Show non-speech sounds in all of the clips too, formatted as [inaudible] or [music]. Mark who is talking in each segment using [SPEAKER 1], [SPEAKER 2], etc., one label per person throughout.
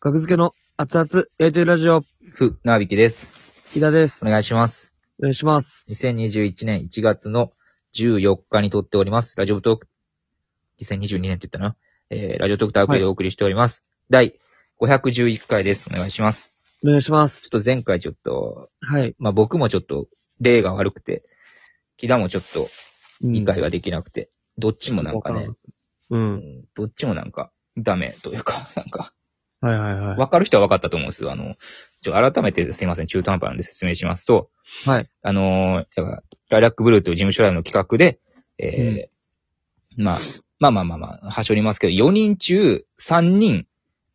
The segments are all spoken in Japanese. [SPEAKER 1] 格付けの熱々焼いてるラジオ、
[SPEAKER 2] ふ、なびきです。
[SPEAKER 1] 木田です。
[SPEAKER 2] お願いします。
[SPEAKER 1] お願いします。
[SPEAKER 2] 2021年1月の14日に撮っております。ラジオトーク、2022年って言ったな。えー、ラジオトークタークでお送りしております。第511回です。お願いします。
[SPEAKER 1] お願いしま
[SPEAKER 2] ち
[SPEAKER 1] す。
[SPEAKER 2] ょっと前回ちょっと、
[SPEAKER 1] はい。
[SPEAKER 2] まあ、僕もちょっと、例が悪くて、木田もちょっと理解ができなくて、どっちもなんかね、。
[SPEAKER 1] う。
[SPEAKER 2] うんんどっちもなんか、ダメというか、なんか、
[SPEAKER 1] はいはいはい。
[SPEAKER 2] わかる人はわかったと思うんですよ。あの、ちょ、改めてすいません、中途半端なんで説明しますと、
[SPEAKER 1] はい。
[SPEAKER 2] あのーだから、ライラックブルーという事務所ライブの企画で、えーまあ、まあまあまあまあ、はしょりますけど、4人中3人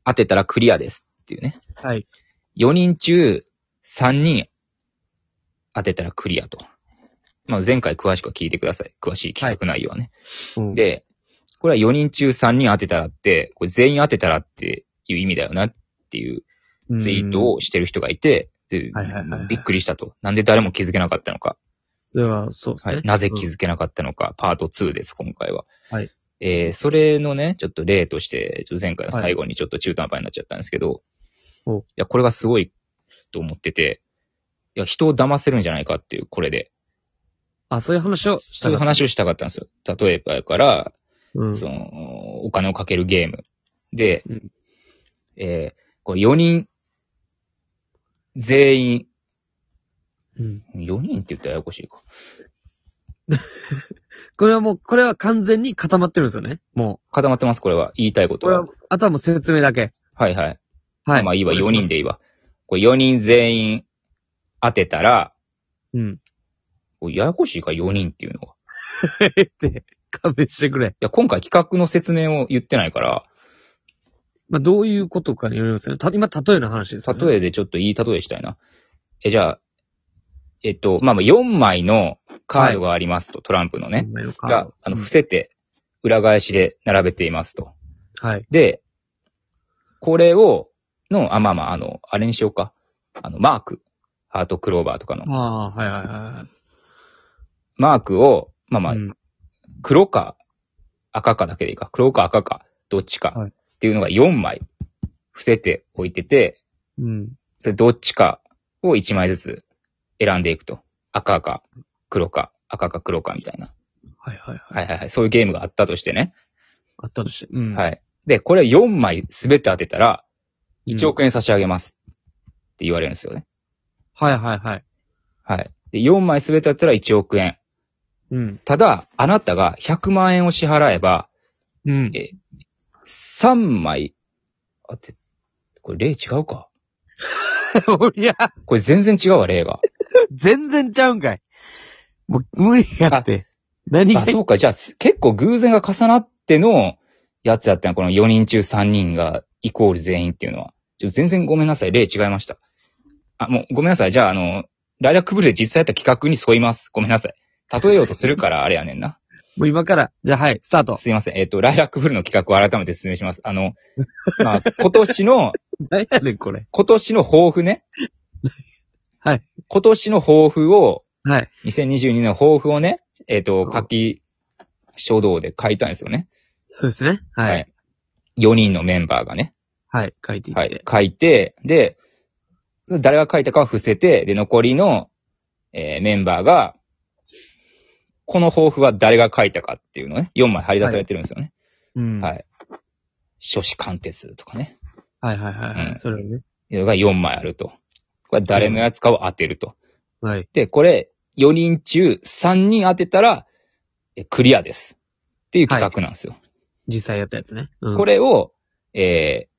[SPEAKER 2] 当てたらクリアですっていうね。
[SPEAKER 1] はい。
[SPEAKER 2] 4人中3人当てたらクリアと。まあ前回詳しくは聞いてください。詳しい企画内容はね。
[SPEAKER 1] うん、
[SPEAKER 2] で、これは4人中3人当てたらって、これ全員当てたらっていう意味だよなっていうツイート
[SPEAKER 1] うん
[SPEAKER 2] をしてる人がいて、で
[SPEAKER 1] はいはいはいはい
[SPEAKER 2] びっくりしたと。なんで誰も気づけなかったのか。
[SPEAKER 1] それは、そうです
[SPEAKER 2] は
[SPEAKER 1] ね。
[SPEAKER 2] い。なぜ気づけなかったのか、パート2です、今回は。
[SPEAKER 1] はい。
[SPEAKER 2] えー、それのね、ちょっと例として、ちょっと前回の最後にちょっと中途半端になっちゃったんですけど、
[SPEAKER 1] お
[SPEAKER 2] いや、これがすごいと思ってて、いや、人を騙せるんじゃないかっていう、これで。
[SPEAKER 1] あ、そういう話をした
[SPEAKER 2] そういう
[SPEAKER 1] かっ
[SPEAKER 2] 話をしたかったんですよ。例えばやから、
[SPEAKER 1] た。うん。
[SPEAKER 2] その、お金をかけるゲーム。で、
[SPEAKER 1] うん
[SPEAKER 2] えー、これ4人、全員、
[SPEAKER 1] うん。
[SPEAKER 2] 4人って言ったらややこしいか。
[SPEAKER 1] これはもう、これは完全に固まってるんですよね。も
[SPEAKER 2] 固まってます、これは。言いたいこ
[SPEAKER 1] う。
[SPEAKER 2] と
[SPEAKER 1] これは
[SPEAKER 2] は。、
[SPEAKER 1] あとはもう説明だけ。
[SPEAKER 2] はいはい。
[SPEAKER 1] はい。
[SPEAKER 2] まあいいわ、4人。でいいわ。これ4人全員当てたら、
[SPEAKER 1] うん。
[SPEAKER 2] これややこしいから4人っていうのは。い
[SPEAKER 1] って、 [laughs] 勘弁してくれ。
[SPEAKER 2] や、今回企画の説明を言ってないから、
[SPEAKER 1] まあ、どういうことかによりますよね。た、今、例えの話ですよね。
[SPEAKER 2] 例えでちょっといい例えしたいな。え、じゃあ、えっと、まあまあ4枚のカードがありますと、トランプのね。
[SPEAKER 1] ね。のカー
[SPEAKER 2] が
[SPEAKER 1] ド、
[SPEAKER 2] あの、
[SPEAKER 1] うん
[SPEAKER 2] 伏せて、裏返しで並べていますと。
[SPEAKER 1] はい。
[SPEAKER 2] で、これを、の、あ、まあまあ、あの、あれにしようか。あの、マーク。ハートクローバーとかの。
[SPEAKER 1] ああ、はいはいはい。
[SPEAKER 2] マークを、まあまあ
[SPEAKER 1] う、ん
[SPEAKER 2] 黒か赤かだけでいいか。黒か赤か、どっちか
[SPEAKER 1] はい
[SPEAKER 2] っていうのが4枚伏せておいてて、
[SPEAKER 1] うん。
[SPEAKER 2] それどっちかを1枚ずつ選んでいくと。赤か黒か、赤か黒かみたいな。
[SPEAKER 1] はいはいはい。
[SPEAKER 2] はいはいはい。そういうゲームがあったとしてね。
[SPEAKER 1] あったとして。うん。。
[SPEAKER 2] はいい。で、これ4枚すべて当てたら、1
[SPEAKER 1] 応
[SPEAKER 2] 億円差し上げますって言われるんですよね。
[SPEAKER 1] はいはいはい。
[SPEAKER 2] はい。で、4枚すべて当てたら1億円。
[SPEAKER 1] うん。
[SPEAKER 2] ただ、あなたが100万円を支払えば、
[SPEAKER 1] うん。 [laughs]
[SPEAKER 2] え、3枚、あて、これ例違うか
[SPEAKER 1] いや、
[SPEAKER 2] これ全然違うわ、
[SPEAKER 1] [laughs]
[SPEAKER 2] 例が。
[SPEAKER 1] 全然ちゃうんかい。もう、無理やって。何が
[SPEAKER 2] あ、そうか、じゃあ、結構偶然が重なってのやつやったんやこの4人中3人がイコール全員っていうのは。ちょ全然ごめんなさい、例違いました。あ、もうごめんなさい、じゃあ、あの、ライラックブルーで実際やった企画に沿います。ごめんなさい。例えようとする
[SPEAKER 1] [laughs]
[SPEAKER 2] から、あれやねんな。
[SPEAKER 1] もう今から、じゃあはい、スタート。
[SPEAKER 2] すいません。えっ、と、ライラックブルーの企画を改めて説明します。あの、まあ、今年の、
[SPEAKER 1] 何やねん、これ。
[SPEAKER 2] 今年の抱負ね。
[SPEAKER 1] [laughs] はい。
[SPEAKER 2] 今年の抱負を、
[SPEAKER 1] はい。
[SPEAKER 2] 2022年の抱負をね、えっ、
[SPEAKER 1] う
[SPEAKER 2] と
[SPEAKER 1] ん、
[SPEAKER 2] 書き、書道で書いたんですよね。
[SPEAKER 1] そうですね。はい。
[SPEAKER 2] 4人のメンバーがね。
[SPEAKER 1] はい。書いてい
[SPEAKER 2] は
[SPEAKER 1] っ
[SPEAKER 2] い
[SPEAKER 1] て。。
[SPEAKER 2] 書いて、で、誰が書いたかは伏せて、で、残りの、えーメンバーが、この抱負は誰が書いたかっていうのをね、4枚張り出されてるんですよね。
[SPEAKER 1] うん。。
[SPEAKER 2] はいい。書士貫徹とかね。
[SPEAKER 1] はいはいはいは
[SPEAKER 2] う
[SPEAKER 1] い。
[SPEAKER 2] ん
[SPEAKER 1] それをね。
[SPEAKER 2] いうのが4枚あると。これは誰のやつかを当てると。
[SPEAKER 1] はい。
[SPEAKER 2] で、これ、4人中3人当てたら、えクリアです。っていう企画なんですよ。
[SPEAKER 1] 実際やったやつね。うん。
[SPEAKER 2] こ。れを、え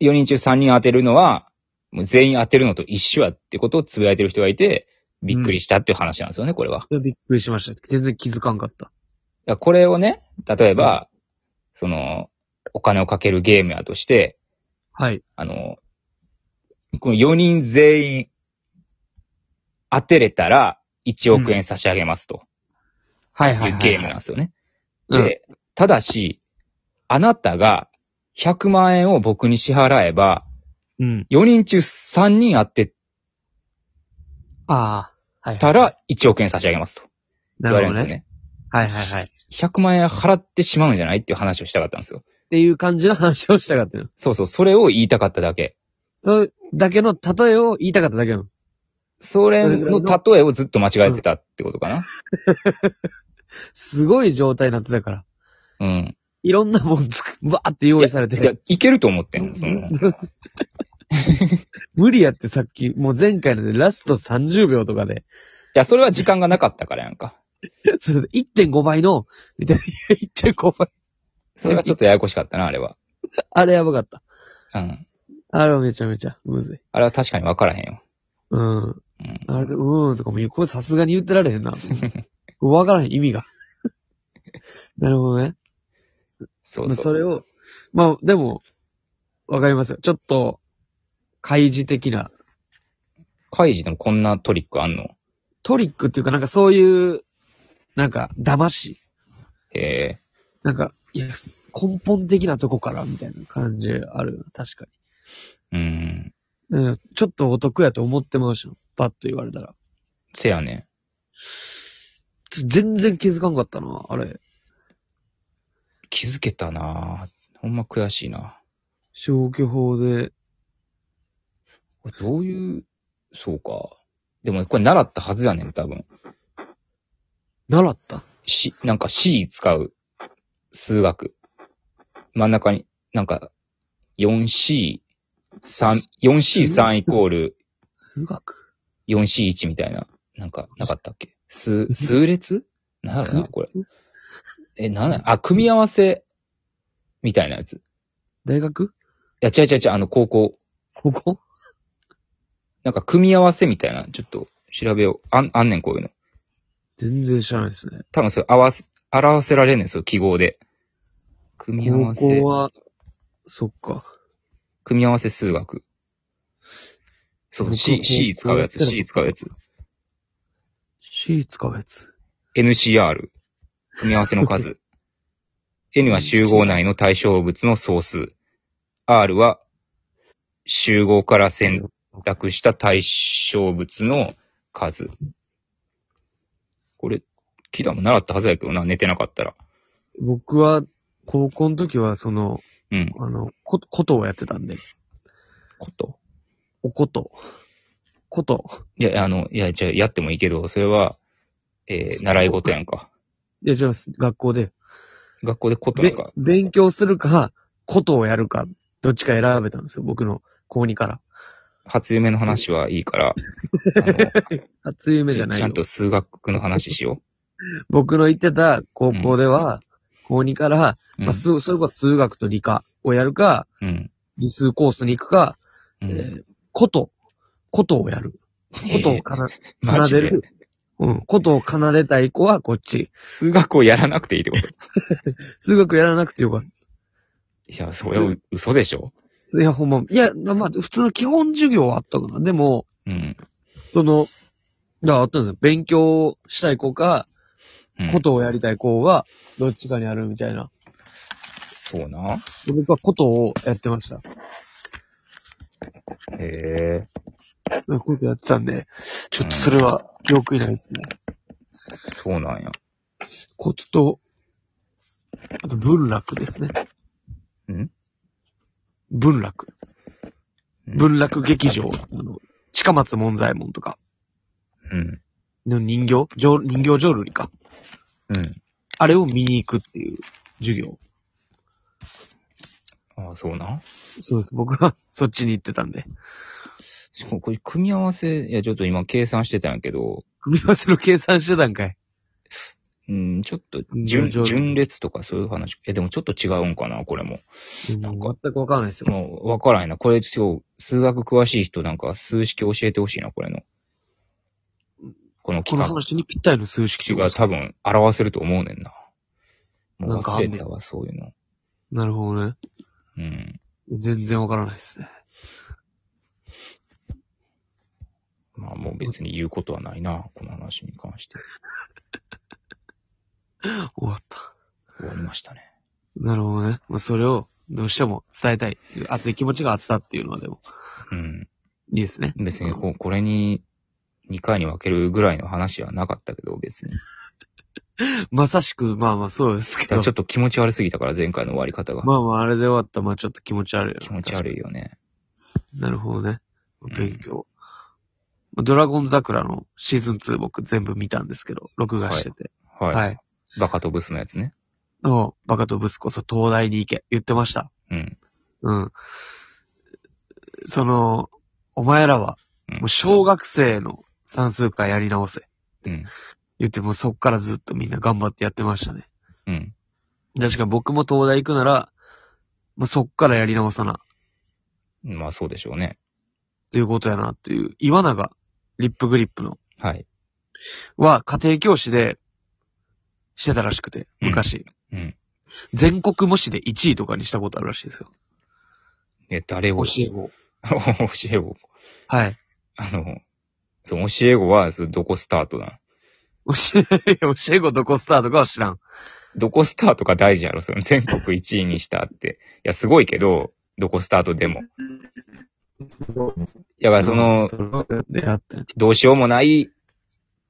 [SPEAKER 2] ー、4人中3人当てるのは、もう全員当てるのと一緒やってことをつぶやいてる人がいて、びっくりしたっていう話なんですよね、これは。
[SPEAKER 1] びっくりしました。全然気づかんかった。
[SPEAKER 2] だからこれをね、例えば、その、お金をかけるゲームやとして、
[SPEAKER 1] はい。
[SPEAKER 2] あの、この4人全員当てれたら1億円差し上げますと
[SPEAKER 1] はいはいいはい。
[SPEAKER 2] うゲームなんですよね。
[SPEAKER 1] うん。
[SPEAKER 2] で、ただし、あなたが100万円を僕に支払えば、
[SPEAKER 1] うん。
[SPEAKER 2] 4人中3人当て
[SPEAKER 1] ああ。はいはい。
[SPEAKER 2] た、ら1億円差し上げますと
[SPEAKER 1] な
[SPEAKER 2] 言わ
[SPEAKER 1] る
[SPEAKER 2] れる
[SPEAKER 1] ほど
[SPEAKER 2] んですよ
[SPEAKER 1] ね。
[SPEAKER 2] ね。
[SPEAKER 1] はいはいはい。
[SPEAKER 2] 100万円払ってしまうんじゃないっていう話をしたかったんですよ。
[SPEAKER 1] っていう感じの話をしたかったの。
[SPEAKER 2] そうそう、それを言いたかっただけ。
[SPEAKER 1] そう、だけの例えを言いたかっただけなの。
[SPEAKER 2] それ
[SPEAKER 1] それぐら
[SPEAKER 2] の
[SPEAKER 1] いの
[SPEAKER 2] 例えをずっと間違えてたってことかな。
[SPEAKER 1] すごい状態になってたから。
[SPEAKER 2] うん。
[SPEAKER 1] いろんなもんつく、ばーって用意され
[SPEAKER 2] いや
[SPEAKER 1] て。、
[SPEAKER 2] いけると思ってんの、その。
[SPEAKER 1] [laughs] 無理やってさっき、もう前回のでラスト30秒とかで。
[SPEAKER 2] いや、それは時間がなかったからやんか。
[SPEAKER 1] それで1.5倍の、みたいな。1.5倍。
[SPEAKER 2] それはちょっとややこしかったな、あれは。
[SPEAKER 1] あれやばかった。
[SPEAKER 2] うん。
[SPEAKER 1] あれはめちゃめちゃ、むずい。
[SPEAKER 2] あれは確かに分からへんよ。
[SPEAKER 1] うん。
[SPEAKER 2] うん。
[SPEAKER 1] あれで、うーんとかも言う。これさすがに言ってられへ
[SPEAKER 2] [laughs]
[SPEAKER 1] んな。わからへん、意味が。 [laughs] なるほどね。
[SPEAKER 2] そ
[SPEAKER 1] ま
[SPEAKER 2] う
[SPEAKER 1] あ
[SPEAKER 2] そ。
[SPEAKER 1] そうれを、まあ、でも、わかりますよ。ちょっと、開示的な、
[SPEAKER 2] カイジでもこんなトリックあんの
[SPEAKER 1] トリックっていうか、なんかそういう、なんか、騙し。
[SPEAKER 2] へえ。
[SPEAKER 1] なんか、いや、す根本的なとこから、みたいな感じあるよな確か
[SPEAKER 2] うん。
[SPEAKER 1] に。うんちょっとお得やと思ってましたよ。パッと言われたら。
[SPEAKER 2] せやね。
[SPEAKER 1] 全然気づかんかったな、あれ。
[SPEAKER 2] 気づけたなほんま悔しいな
[SPEAKER 1] 消去法で。
[SPEAKER 2] これどういう、そうか。でもこれ習ったはずやねん、多分。
[SPEAKER 1] 習った
[SPEAKER 2] し、なんか C 使う数学。真ん中に、なんか 4C、3、4C3 イコール
[SPEAKER 1] 数学
[SPEAKER 2] 4C1 みたいな、なんか、なかったっけ数、数列なんだろうな、これ。
[SPEAKER 1] 数列
[SPEAKER 2] え、なんだあ、組み合わせ、みたいなやつ。い
[SPEAKER 1] 大学
[SPEAKER 2] や、違う違う違う、あの、高校。
[SPEAKER 1] ここ
[SPEAKER 2] なんか、組み合わせみたいな、ちょっと、調べよう。あん、あんねん、こういうの。
[SPEAKER 1] 全然知らないですね。
[SPEAKER 2] 多分、それ、合わせ、表せられんねん、そう、記号で。組み合わ
[SPEAKER 1] 高
[SPEAKER 2] せ
[SPEAKER 1] 校、は、そっか。
[SPEAKER 2] 組み合わせ数学。そ
[SPEAKER 1] 僕
[SPEAKER 2] う、C、
[SPEAKER 1] 高校
[SPEAKER 2] C 使うやつ、
[SPEAKER 1] やってな
[SPEAKER 2] C 使うやつ。
[SPEAKER 1] C 使うやつ。
[SPEAKER 2] NCR。組み合わせの数。N は集合内の対象物の総数。R は集合から選択した対象物の数。これ、キダも習ったはずやけどな、寝てなかったら。
[SPEAKER 1] 僕は、高校の時は、その、
[SPEAKER 2] うん。
[SPEAKER 1] あの、こ、ことをやってたんで、
[SPEAKER 2] こと。
[SPEAKER 1] おこと。こと。
[SPEAKER 2] いや、あの、いや、じゃあやってもいいけど、それは、えー、習い事やんか。
[SPEAKER 1] いや、じゃあ、学校で、
[SPEAKER 2] 学校でことな
[SPEAKER 1] べ
[SPEAKER 2] んか。
[SPEAKER 1] 勉強するか、ことをやるか、どっちか選べたんですよ、僕の高2から。
[SPEAKER 2] 初夢の話はいいから、
[SPEAKER 1] [laughs]
[SPEAKER 2] あ
[SPEAKER 1] 初夢
[SPEAKER 2] の
[SPEAKER 1] じゃない
[SPEAKER 2] ちゃ
[SPEAKER 1] よ
[SPEAKER 2] ん。と数学の話しよ
[SPEAKER 1] 僕の行ってた高校では、高2から、
[SPEAKER 2] う。
[SPEAKER 1] まあ、数それこそ数学と理科をやるか、
[SPEAKER 2] うん。うん。
[SPEAKER 1] 理数コースに行くか、
[SPEAKER 2] うん
[SPEAKER 1] えーこと、ことをやる。ことをかな、奏でる。うん。ことを奏でたい子はこっち。
[SPEAKER 2] 数学をやらなくていいってこと。
[SPEAKER 1] 数学やらなくてよかった。
[SPEAKER 2] いや、それはう嘘でしょ。
[SPEAKER 1] いや、ほんま。いや、まあ、普通の基本授業はあったかな。でも、
[SPEAKER 2] うん。
[SPEAKER 1] その、だからあったんですよ。勉強したい子か、
[SPEAKER 2] うん
[SPEAKER 1] ことをやりたい子は、どっちかにあるみたいな。
[SPEAKER 2] そうな。
[SPEAKER 1] で僕はことをやってました。
[SPEAKER 2] へえ。
[SPEAKER 1] ことやってたんで、ちょっとそれは、記憶いないですね。
[SPEAKER 2] そうなんや。
[SPEAKER 1] ことと、あと文楽ですね。
[SPEAKER 2] ん
[SPEAKER 1] 文楽。文楽劇場。あの、近松門左衛門とか。
[SPEAKER 2] うん。
[SPEAKER 1] の人形浄人形浄瑠璃か。
[SPEAKER 2] うん。
[SPEAKER 1] あれを見に行くっていう授業。
[SPEAKER 2] ああ、そうな。
[SPEAKER 1] そうです。僕はそっちに行ってたんで。
[SPEAKER 2] しかもこれ組み合わせ、いや、ちょっと今計算してたんやけど、
[SPEAKER 1] 組み合わせの計算してたんかい。
[SPEAKER 2] うん、ちょっと
[SPEAKER 1] うん
[SPEAKER 2] 順、
[SPEAKER 1] 上手
[SPEAKER 2] 順列とかそういう話。え、でもちょっと違うんかな、これも。
[SPEAKER 1] 全くわかんないですよ。
[SPEAKER 2] もう、わからへんな。これ、そう、数学詳しい人なんか数式教えてほしいな、これの。この
[SPEAKER 1] こ
[SPEAKER 2] 企
[SPEAKER 1] の
[SPEAKER 2] 画。
[SPEAKER 1] 話にぴったりの数式
[SPEAKER 2] 口が多分表せると思うねんな。も
[SPEAKER 1] な
[SPEAKER 2] うん
[SPEAKER 1] かあ
[SPEAKER 2] 忘
[SPEAKER 1] ん
[SPEAKER 2] れ
[SPEAKER 1] ねん
[SPEAKER 2] たわ、そういうの。
[SPEAKER 1] なるほどね。
[SPEAKER 2] うん。
[SPEAKER 1] 全然わからないですね。
[SPEAKER 2] まあもう別に言うことはないな、この話に関して。
[SPEAKER 1] 終わった。
[SPEAKER 2] 終わりましたね。
[SPEAKER 1] なるほどね。まあ、それをどうしても伝えたいっていう熱い気持ちがあったっていうのはでも、
[SPEAKER 2] うん。
[SPEAKER 1] いいですね。
[SPEAKER 2] 別にこう、これに2回に分けるぐらいの話はなかったけど、別に。
[SPEAKER 1] まさしく、まあまあそうですけ
[SPEAKER 2] た
[SPEAKER 1] ど
[SPEAKER 2] だちょ。っと気持ち悪すぎたから、前回の終わり方が。
[SPEAKER 1] まあまああれで終わったら、まあちょっと気持ち悪いよ。
[SPEAKER 2] 気持ち悪いよね。
[SPEAKER 1] なるほどね。
[SPEAKER 2] ん
[SPEAKER 1] 勉強。まあドラゴン桜のシーズン2僕全部見たんですけど、録画してて。
[SPEAKER 2] はい。
[SPEAKER 1] はい。
[SPEAKER 2] バカとブスのやつね。
[SPEAKER 1] の、バカとブスこそ東大に行け。言ってました。
[SPEAKER 2] うん。
[SPEAKER 1] うん。その、お前らは、
[SPEAKER 2] うん
[SPEAKER 1] もう小学生の算数からやり直せ。
[SPEAKER 2] うん。
[SPEAKER 1] 言ってもうそっからずっとみんな頑張ってやってましたね。
[SPEAKER 2] うん。
[SPEAKER 1] 確かに僕も東大行くなら、まあ、そっからやり直さな、
[SPEAKER 2] まあそうでしょうね。
[SPEAKER 1] ということやなっていう、岩永、リップグリップの、
[SPEAKER 2] はい。
[SPEAKER 1] は家庭教師で、してたらしくて、昔。
[SPEAKER 2] うん。
[SPEAKER 1] 全国模試で1位とかにしたことあるらしいですよ。
[SPEAKER 2] え、誰を
[SPEAKER 1] 教え子。
[SPEAKER 2] [laughs] 教え子。
[SPEAKER 1] はい。
[SPEAKER 2] あの、その教え子は、それどこスタートなの
[SPEAKER 1] 教え、 [laughs] 教え子どこスタートかは知らん。
[SPEAKER 2] どこスタートか大事やろ、その全国1位にしたって。いや、すごいけど、どこスタートでも。だからその、
[SPEAKER 1] 出会った
[SPEAKER 2] どうしようもない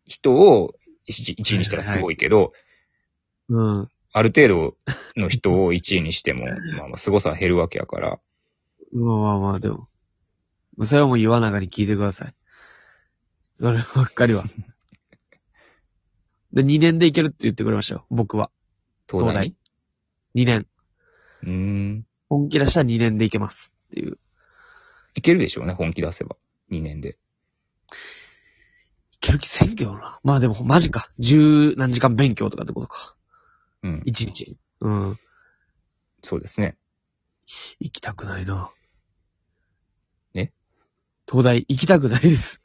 [SPEAKER 2] 人を1位にしたらすごいけど、
[SPEAKER 1] うん。
[SPEAKER 2] ある程度の人を1位にしても、まあまあ、凄さは減るわけやから。
[SPEAKER 1] まあまあまあ、でも。それはもう岩永に聞いてください。そればっかりは。で、2年でいけるって言ってくれましたよ、僕は。
[SPEAKER 2] 東大に
[SPEAKER 1] 2年。
[SPEAKER 2] うーん。
[SPEAKER 1] 本気出したら2年でいけます。っていう。い
[SPEAKER 2] いけるでしょうね、本気出せば。2年で。
[SPEAKER 1] ける気せんけどな。まあでも、マジか。十何時間勉強とかってことか。
[SPEAKER 2] うん。
[SPEAKER 1] 一日。うん。
[SPEAKER 2] そうですね。
[SPEAKER 1] 行きたくないな。
[SPEAKER 2] え
[SPEAKER 1] 東大行きたくないです。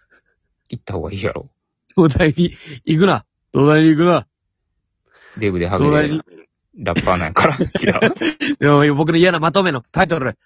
[SPEAKER 2] 行った方がいいやろ。
[SPEAKER 1] 東大に行くな。東大に行くな。
[SPEAKER 2] デブでハ
[SPEAKER 1] 東
[SPEAKER 2] ゲ
[SPEAKER 1] 大
[SPEAKER 2] で
[SPEAKER 1] に。
[SPEAKER 2] ラッパーなんやから。いや [laughs]
[SPEAKER 1] でも僕の嫌なまとめのタイトル。